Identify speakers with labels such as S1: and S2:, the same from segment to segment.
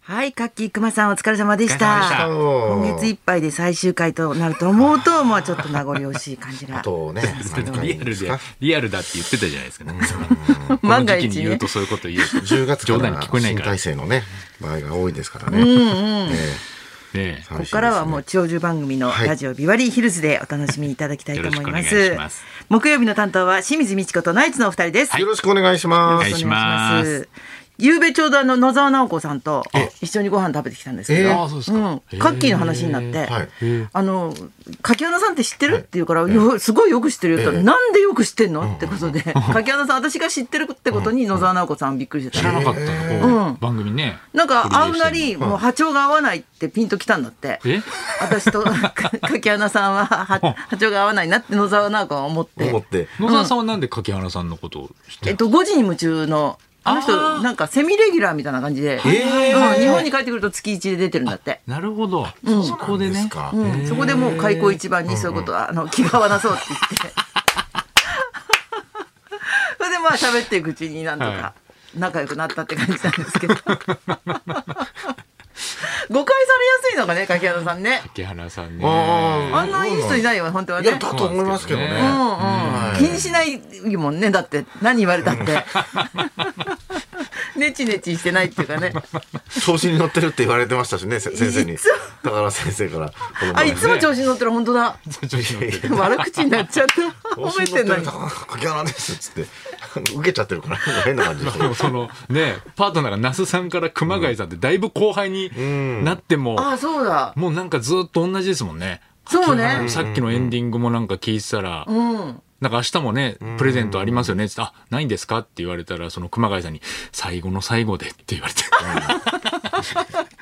S1: はい、カッキークマさんお疲れ様でし
S2: お疲れ様でした
S1: た。
S3: お
S1: 今
S3: ー
S1: 月いっぱいで最終回となると思うと、まあちょっと名残惜しい感じが
S3: あ。とね、何回
S2: リア
S3: で
S2: ル
S3: す
S2: で
S3: か、
S2: リアルだって言ってたじゃないですか、ね。こ の
S1: 万が
S2: 時期
S1: 一
S2: に言う
S1: ね
S2: と。そういうこと言うと。
S3: 10月か
S2: 冗談に
S3: ら
S2: 聞こえない
S3: 新
S2: から。
S3: 体
S2: ね
S3: 制のね、場合が多いですからね。え
S2: え
S3: え
S1: ここからはもう長寿番組の
S3: はい
S1: ラジオビバリーヒルズでお楽しみいただきたいと思います。
S2: よろしくお願いします
S1: 木曜日の担当は清水美智子とナイツのお二人です。
S3: よろしくお願いしま
S2: お
S3: す
S2: 願い。します
S1: お願いします。昨べちょうどあの野沢直子さんと一緒にご飯食べてきたんですけど、
S3: ええ
S2: あそうですか
S1: ん、カッキーの話になって、
S3: はい
S1: あの柿花さんって知ってる、
S3: はい
S1: って言うから、よすごいよく知ってるよって言ったら、
S3: ええ
S1: なんでよく知ってんの、ってことで、柿花さん私が知ってるってことに野沢直子さんびっくりして
S2: 知
S1: た、
S2: らなかったの、
S1: うん
S2: こう番組ね。
S1: なんか会うな
S2: 取り
S1: りもう波長が合わないってピンときたんだって。
S2: 入れしてんの。
S1: 私と 柿花さんはは
S2: うん
S1: 波長が合わないなって野沢直子は思って
S3: 思って。
S2: え野沢さんはなんで柿原さんのことを知っ
S1: え
S2: て
S1: っ
S2: る
S1: と、5時に夢中の、あの
S2: あ
S1: 人、
S2: ー
S1: なんかセミレギュラーみたいな感じで、
S3: えー
S1: うん日本に帰ってくると月1で出てるんだって。
S2: なるほど。そこで
S3: です
S2: ね。
S3: か
S1: う
S3: え
S1: ん、そこでもう開口一番にそういうことは、あの気が合わなそうって言って それでまあ喋っていくうちになんと
S2: は
S1: か仲良くなったって感じなんですけど 誤解されやすいのかね柿原さんね
S2: 柿原さんね。
S3: あ
S1: あんないい人いないよね本当はいね
S3: や、だと思いますけどね。
S1: うんうん
S3: はい
S1: 気にしないもんねだって何言われ たってネチネチしてないっていうかね
S3: 調子に乗ってるって言われてましたしね、せ先生に
S1: いつ。
S3: だから先生から。この
S1: あ
S3: 前
S1: いつも調子に乗ってる本当 だ
S2: ちょっと待って
S1: 悪口になっちゃった
S3: 調
S1: 褒
S3: 子
S1: め
S3: に乗ってて
S1: んの
S3: る
S1: に
S3: 高野柿原ですっつってあの受けちゃってるから変な感じ で
S2: でもそのね、パートナーが那須さんから熊谷さんってだいぶ後輩になっても、
S1: ああそうだ
S2: もうなんかずっと同じですもんね。
S1: そうね
S2: 柿原さんさっきのエンディングもなんか聞いてたら、
S1: うん
S2: なんか明日もね、プレゼントありますよねって言って、あ、ないんですかって言われたら、その熊谷さんに、最後の最後でって言われて、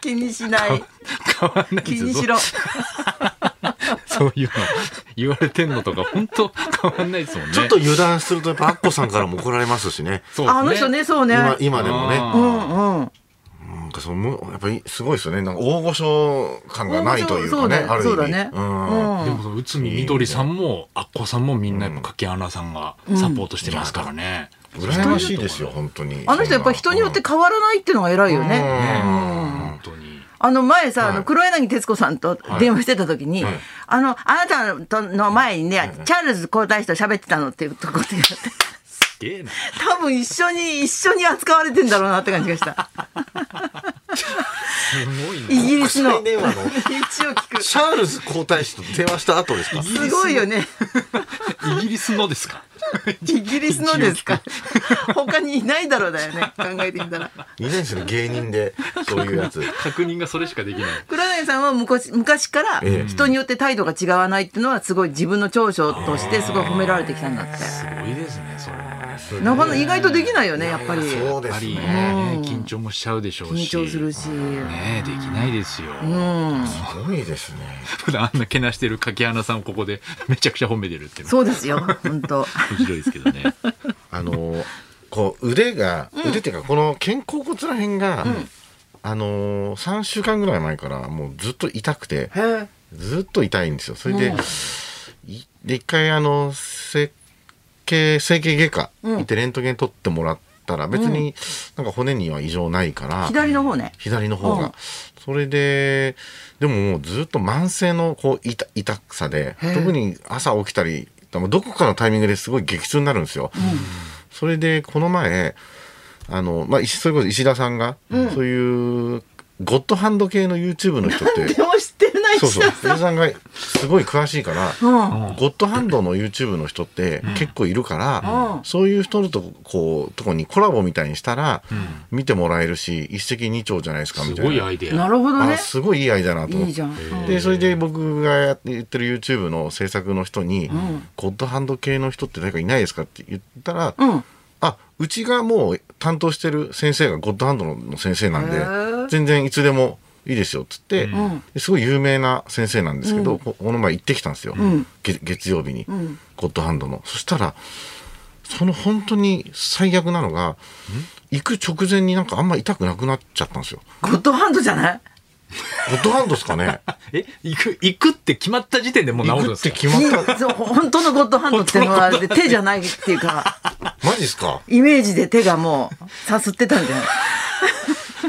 S1: 気にしない
S2: 変わんない
S1: 気
S2: です
S1: にしろ
S2: そういうの、言われてんのとか、本当変わんないですもんね。
S3: ちょっと油断するとやっぱアッコさんからも怒られますしね
S2: そうです
S1: あの人。ねそうね
S3: 今今でもね
S1: う
S2: あー
S1: んうん
S3: なんかそのもやっぱりすごいですよねなんか大御所感がないというか
S1: 大御
S3: ね
S1: 所
S3: ある意味
S1: そうだね
S3: うん
S2: でもその内海みどりさんも、アッコさんもみんなやっぱ柿原さんがサポートしてますからね。
S3: 羨ましいですよ本当に
S1: あの人やっぱ人によって変わらないっていうのが偉いよね
S2: ね
S3: うん
S2: 本当に。
S1: あの前さ、あ
S3: は
S1: の
S3: い
S1: 黒柳徹子さんと電話してた時に、
S3: はい
S1: あの、あなたとの前にね、チャールズ皇太子と喋ってたのっていうとこで、
S2: すげえな。
S1: 多分一緒に、一緒に扱われてんだろうなって感じが した。
S2: すごい
S1: イ
S2: な。
S1: ギリスの。
S3: 国際電話の
S1: 一応聞く。す
S3: シャールズ皇太子と電話した後ですか
S1: ごいよね。
S2: イギリスのですか。
S1: イギリスのですか。他にいないだろうだよね。考えてみたら。
S3: 2年生の芸人でそういうやつ
S2: 確認がそれしかできない。
S1: 黒柳さんは昔昔から
S3: ええ
S1: 人によって態度が違わないっていうのはすごい自分の長所としてすごい褒められてきたんだって。
S2: すごいですね、それはね。
S1: なかなか意外とできないよね、やっぱり。
S3: そうで
S2: やっぱ
S3: す
S2: り
S3: ね
S2: ね、緊張もしちゃうでしょう
S1: 緊
S2: し。
S1: 張するし。
S2: ねえできないですよ。
S1: うん。
S3: すごいですね
S2: 普段あんなけなしてる柿花さんをここでめちゃくちゃ褒めてるっていうの
S1: そうですよ、本当。
S2: 面白いですけどね。
S3: あのこう腕が、腕っていうかこの肩甲骨らへんが、あの3週間ぐらい前からもうずっと痛くて
S1: へ
S3: ずっと痛いんですよそれで,、いで一回あの整形整形外科行ってレントゲン取ってもらったら別になんか骨には異常ないから、
S1: 左の方ね。
S3: 左の方が、
S1: うん
S3: それででももうずっと慢性のこう痛痛さで
S1: へえ
S3: 特に朝起きたりどこかのタイミングですごい激痛になるんですよ、それでこの前あの、まあ、石それこそ石田さんが、そういうゴッドハンド系の YouTube の人 って
S1: でも知ってない
S3: そう
S1: 石
S3: そう
S1: 田
S3: 石
S1: さ
S3: 田
S1: ん。
S3: さんがすごい詳しいから、
S1: うん。
S3: ゴッドハンドの YouTube の人って結構いるから、
S1: うん
S3: そういう人のとこうとこにコラボみたいにしたら見てもらえるし、一石二鳥じゃないですかみ
S2: す
S3: たいな
S2: ごいアイデ
S1: な
S2: ア。
S1: るほどね
S3: あ。すごいいいアイデアだなと思っ
S1: いい
S3: て
S1: じゃん。うん
S3: でそれで僕がやって言ってる YouTube の制作の人に、ゴッドハンド系の人って誰かいないですか?」って言ったら「
S1: うん。
S3: あうちがもう担当してる先生がゴッドハンドの先生なん
S1: へ
S3: で
S1: ー
S3: 全然いつでもいいですよ」っつって、
S1: ん
S3: ですごい有名な先生なんですけど、ここの前行ってきたんですよ、
S1: ん
S3: げ月曜日に、
S1: ん
S3: ゴッドハンドの。そしたらその本当に最悪なのが行く直前になんかあんま痛くなくなっちゃったんですよ。
S1: ゴッドハンドじゃない
S3: ゴッドハンドですかね
S2: え、行く、行くって決まった時点でも う治る
S3: 行
S2: ん
S3: く
S2: で
S3: っ
S2: す
S3: て
S2: か
S3: 決まった
S1: いそう本当のゴッドハンドっていうのはあれで手じゃないって いうか、
S3: マジっすか
S1: イメージで手がもうさすってたんじゃない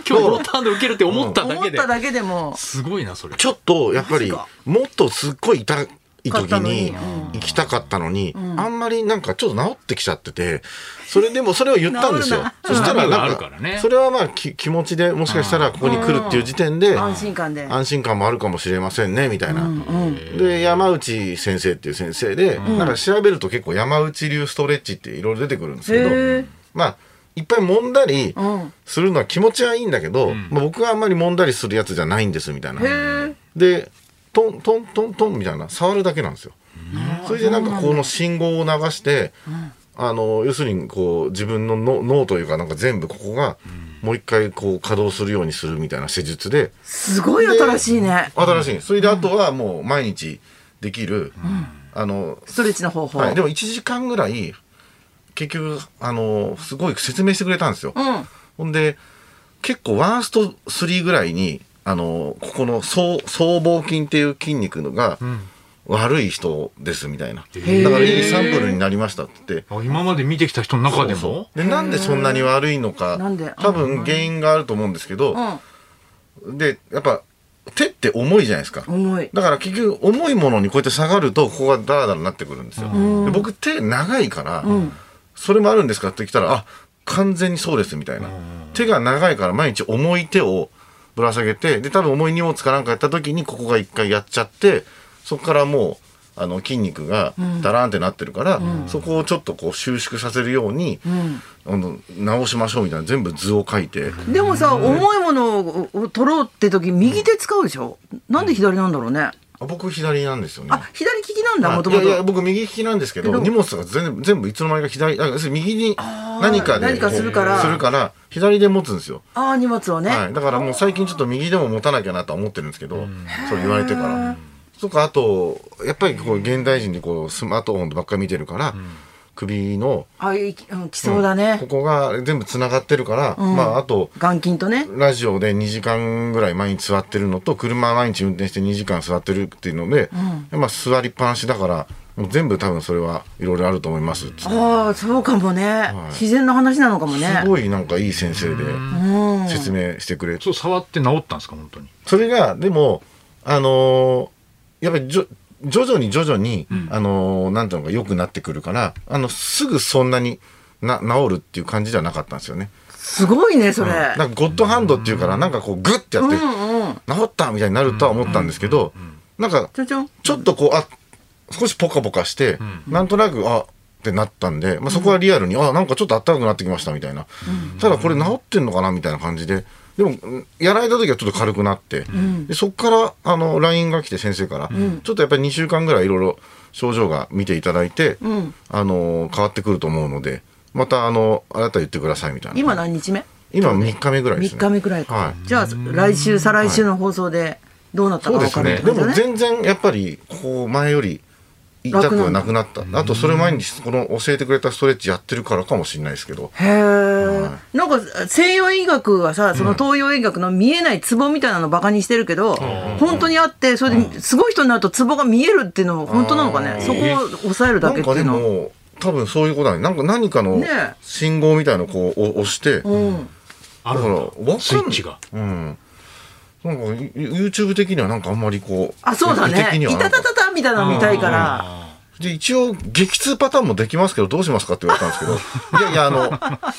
S2: 今日ゴッドハンド受けるって思っただ
S1: 思
S2: け
S1: っ
S2: で
S1: ただけでも
S2: すごいなそれ
S3: ちょっとやっぱり
S1: マ
S3: もっとすっごい痛い時に
S1: かったのに
S3: 行きたかったのに、あんまりなんかちょっと治ってきちゃっててそれでもそれを言ったんですよ
S1: 治るな
S3: そしたら
S2: 波があ
S3: なん
S2: るか
S3: か
S2: らね
S3: それはまあき気持ちでもしかしたらここに来るっていう時点で
S1: 安心感で。
S3: 安心感もあるかもしれませんねみたいな。
S1: うん
S3: で山内先生っていう先生で、なんか調べると結構山内流ストレッチっていろいろ出てくるんですけど、
S1: へえ
S3: まあいっぱい揉んだり
S1: うん
S3: するのは気持ちはいいんだけど、まあ、僕はあんまり揉んだりするやつじゃないんですみたいな
S1: へ。え
S3: でトントントントンみたいな触るだけなんですよ。それでなんかこの信号を流して、あの要するにこう自分のの脳というかなんか全部ここがもう一回こう稼働するようにするみたいな施術で。
S1: すごい新しいね。
S3: 新しい、それであとはもう毎日できる、あの、
S1: ストレッチの方法。
S3: はい、でも1時間ぐらい結局あのすごい説明してくれたんですよ、
S1: うん。
S3: ほんで結構ワースト3ぐらいにあのここの僧僧帽筋っていう筋肉のが悪い人ですみたいな、
S2: へー
S3: だからいいサンプルになりましたって言って
S2: あ今まで見てきた人の中でも
S3: そうそうでなんでそんなに悪いのか
S1: なんで
S3: 多分原因があると思うんですけど、
S1: うん。
S3: でやっぱ手って重いじゃないですか、
S1: 重い。
S3: だから結局重いものにこうやって下がるとここがダラダラになってくるんですよ。で僕手長いから、それもあるんですかって来たらあ完全にそうですみたいな。手が長いから毎日重い手をぶら下げてで多分重い荷物かなんかやった時にここが一回やっちゃってそこからもうあの筋肉がダラーンってなってるから、そこをちょっとこう収縮させるように、あの直しましょうみたいな全部図を書いて。
S1: でもさ、重いものをを取ろうって時、右手使うでしょなんで左なんだろうね。
S3: あ僕左なんですよね。
S1: あ、左利きなんだ、もとも
S3: いやいや
S1: と。
S3: 僕右利きなんですけ
S1: け
S3: ど
S1: ど
S3: 荷物とか全部全部いつの間にか左あ要するに右に何かで
S1: 何かするから
S3: こうするから左で持つんですよ、
S1: ああ、荷物をね。
S3: はい、だからもう最近ちょっと右でも持たなきゃなとは思ってるんですけどそう言われてからとかあとやっぱりこう現代人にこうスマートフォンばっかり見てるから、首の
S1: ああいう、うん来そうだね
S3: こ。こが全部つながってるから、まああと
S1: 眼筋とね。
S3: ラジオで2時間ぐらい毎日座ってるのと車毎日運転して2時間座ってるっていうので、まあ、座りっぱなしだからもう全部多分それはいろいろあると思いますっつって
S1: ああ、そうかもね
S3: はい。
S1: 自然な話なのかもね。
S3: すごいなんかいい先生で
S1: うん。
S3: 説明してくれて
S2: そう触って治ったんですか本当に
S3: それがでもあのーやっぱりじょ徐々に徐々に、あのーなんていうのか良くなってくるからあのすぐそんなにな治るっていう感じじゃなかったんですよね。
S1: すごいね、それ。
S3: なんかゴッドハンドっていうからなんかこうグッてやって、
S1: うんうん。
S3: 治ったみたいになるとは思ったんですけど、なんか
S1: ちょちょん。
S3: ちょっとこうあ少しポカポカして、なんとなくあってなったんで、まあ、そこはリアルに、あなんかちょっとあったかくなってきましたみたいな、ただこれ治ってんのかなみたいな感じででもうんやられた時はちょっと軽くなって、でそこからあの LINE が来て先生から、ちょっとやっぱり2週間ぐらいいろいろ症状が見ていただいて、
S1: ん
S3: あの変わってくると思うのでまたあのあなた言ってくださいみたいな
S1: 今何日目
S3: 今3日目ぐらいです
S1: 3
S3: ね
S1: 日目くらいか、
S3: はい
S1: じゃあ来週再来週の放送でどうなったか
S3: そうで
S1: 分か
S3: す
S1: るっ
S3: ね。
S1: てこ
S3: で
S1: と
S3: も
S1: ね
S3: 全然やっぱりこう前より痛くはなくなった。あとそれ前にこの教えてくれたストレッチやってるからかもしれないですけど。
S1: へえ、なんか西洋医学はさその東洋医学の見えないツボみたいなのバカにしてるけど、本当にあってそれですごい人になるとツボが見えるっていうのは本当なのかね、
S3: あー
S1: そこを抑える
S3: な
S1: だけっ
S3: ん
S1: て
S3: か
S1: い
S3: で
S1: うのは
S3: も多分そういうことだね。なんか何かの
S1: ねえ
S3: 信号みたいのをこう押して、
S1: うん、
S2: あ
S3: だからわかんない
S2: スイッチが
S3: うん。なんか YouTube 的にはなんかあんまりこう。
S1: あそうだ
S3: 僕的
S1: ね「
S3: に
S1: い
S3: はなん
S1: た
S3: か
S1: たたた」みたいなの見たいから
S3: で一応激痛パターンもできますけどどうしますかって言われたんです けどいやいやあの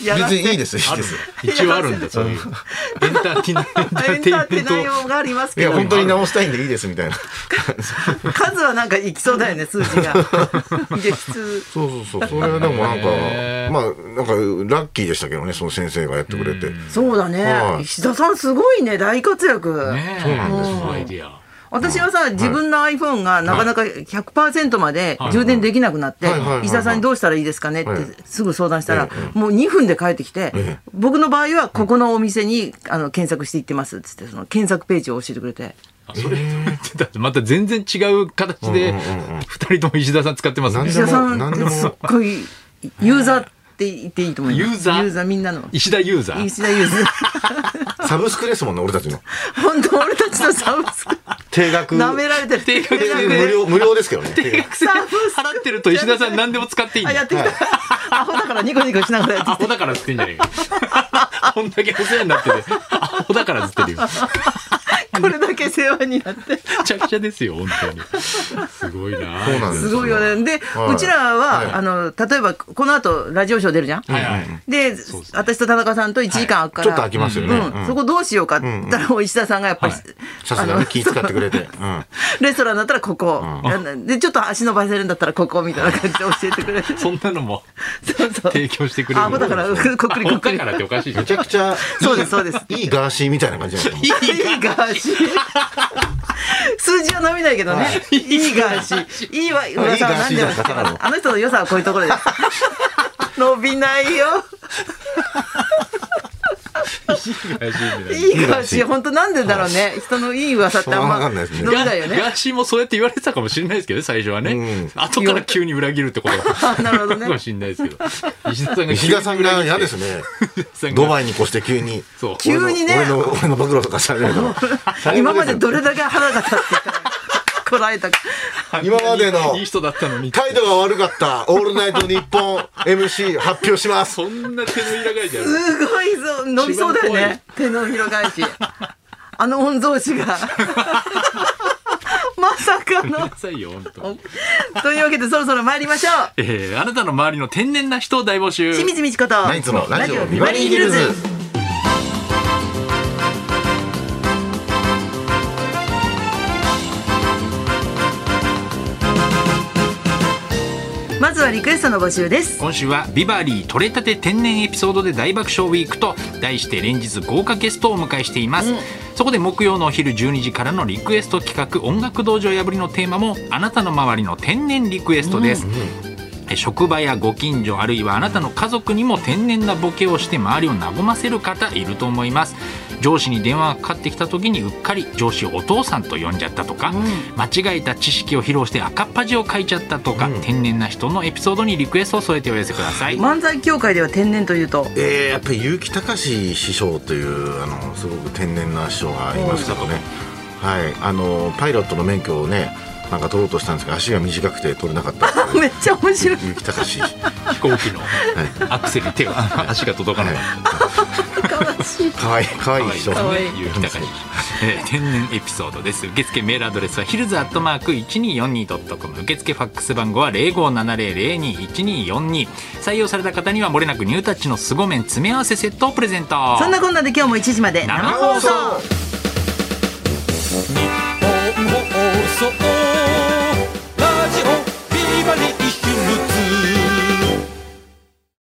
S1: やらせ
S3: 別にいいですいい です。
S2: 一応あるんだそういうエンターテイナー
S1: エンターテイナー
S2: メン
S1: 用があります
S3: い
S1: け
S3: や
S1: ど
S3: 本当に直したいんでいいですみたいな。
S1: 数はなんかいきそうだよね数字 が激痛
S3: そうそうそう。それはでもなんか、まあ、なんかラッキーでしたけどね、その先生がやってくれて。
S1: そうだ
S3: は
S1: ね
S3: い
S1: 石田さんすごいね大活躍、
S2: トね
S3: そうなんですよ
S2: アイディア
S1: 私はさ自分の iPhone がなかなか100%まで充電できなくなって
S3: はいはいはいは
S1: 「
S3: い
S1: 石田さんにどうしたらいいですかね?」っ
S3: はい
S1: てすぐ相談したら
S3: え
S1: もう2分で帰ってきて
S3: ええ
S1: 僕の場合はここのお店にあの検索していってますっつってその検索ページを教えてくれて
S2: あそれだってまた全然違う形で
S3: うんうんうんうん
S2: 二人とも石田さん使ってます
S3: なん
S2: ね
S3: で
S1: 石田さん
S3: 何で
S1: っ
S3: も
S1: てすっごいユーザーって言っていいと思います
S2: ユーザー
S1: ユーザーみんなの
S2: 石田ユーザー
S1: 石田ユーザー
S3: サブスクですもんね、俺たちの。
S1: 本当俺たちのサブスク
S3: 定額。
S1: 舐められてる
S2: 定額で
S3: 無料、無料ですけどね。定額
S1: サブスク
S2: 払ってると石田さん何でも使っていいん
S1: あ
S2: だ
S1: やってきた、アホだからニコニコしながらやってきた
S2: アホだからって言ってんじゃねえかこんだけお世話になってて、アホだからずってるよ。
S1: これだけ世話になって。
S2: めちゃくちゃですよ、本当に。すごいな。
S3: そうなんです
S1: すごいよね。で、
S3: はいう
S1: ちらは、
S3: はい
S1: あの、例えば、この後、ラジオショー出るじゃん。
S2: はいはい。
S1: で、
S2: そうですね
S1: 私と田中さんと1時間空くか
S3: ちょ
S1: ら、
S3: っと空きます
S1: う
S3: よね。
S1: ん
S3: うん
S1: そこどうしようかって言ったら、石田さんがやっぱり、
S2: はい
S3: さすがに気遣ってくれて。うん
S1: レストランだったらここ、で、ちょっと足伸ばせるんだったらここみたいな感じで教えてくれて。
S2: そんなのも
S1: そうそう。
S2: 提供してくれる
S1: あ、だから、こっくりこ
S2: ア
S1: っ
S2: ホ
S1: く
S2: だ
S1: り
S2: か。らっておかしいで
S3: め
S2: し
S3: ち
S2: ょ
S3: ゃくちゃ、
S1: そうです、そうです。
S3: いいガーシーみたいな感じなんですよ。
S1: いいガーシー。数字は伸びないけどね。いいガーシー。いいは噂は何でも知ってます。あの人の良さはこういうところです。伸びないよ。い
S2: 怪しいみたいない
S1: ガーシー。本当なんでだろうね。人のいい噂ってあん
S3: そうわか
S1: ま
S3: んないですね
S1: 伸びないよね。
S2: ガーシーもそうやって言われてたかもしれないですけどね、最初はね。
S3: うん
S2: 後から急に裏切るってことが。
S1: あなるほどね
S2: かもしれないですけど。石田さんが
S3: 石田さんが嫌ですね。ドバイに越して急に。
S2: そう。
S1: 急にね
S3: 俺の、俺の暴露とかされるの。
S1: 今までどれだけ腹が立ってたか。こらえたか。
S3: 今までの
S2: いい人だったのに。
S3: 態度が悪かった、オールナイト日本 MC 発表します。
S2: そんな手のひら返しやる。
S1: すごいぞ伸びそうだよね手のひら返しあの御曹司がまさか
S2: ごめん
S1: の
S2: なさいよ、本当に。
S1: というわけでそろそろ参りましょ
S2: えー、あなたの周りの天然な人を大募集。
S1: う清水美智子と
S3: ナイツのラジオビバリーヒルズ。
S1: まずはリクエストの募集です
S2: 今週はビバリー取れたて天然エピソードで大爆笑ウィークと題して連日豪華ゲストをお迎えしています、そこで木曜のお昼12時からのリクエスト企画音楽道場破りのテーマもあなたの周りの天然リクエストです、え職場やご近所あるいはあなたの家族にも天然なボケをして周りを和ませる方いると思います上司に電話がかかってきた時にうっかり上司をお父さんと呼んじゃったとか、間違えた知識を披露して赤っ恥を書いちゃったとか、天然な人のエピソードにリクエストを添えてお寄せください、
S1: 漫才協会では天然というと
S3: えー、やっぱり結城隆師匠というあのすごく天然な師匠がいますけどね、はい、あのパイロットの免許をねなんか取ろうとしたんですけど足が短くて取れなかった んで
S1: めっちゃ面白い
S3: 結城隆師、はい、
S2: 飛行機のアクセルに手 が足が届かなかっ
S1: かわしい
S3: かわいいかわい
S2: た
S3: い人
S1: かわいい
S2: ゆうきたかにえー天然エピソードです受付メールアドレスはヒルズアットマーク 1242.com 受付ファックス番号は0570021242採用された方にはもれなくニュータッチの凄麺詰め合わせセットをプレゼント
S1: そんなこんなで今日も1時まで
S2: 生
S1: 生
S2: 放
S1: 放送
S2: 送
S4: 日本放送ラジオビバリーヒルズ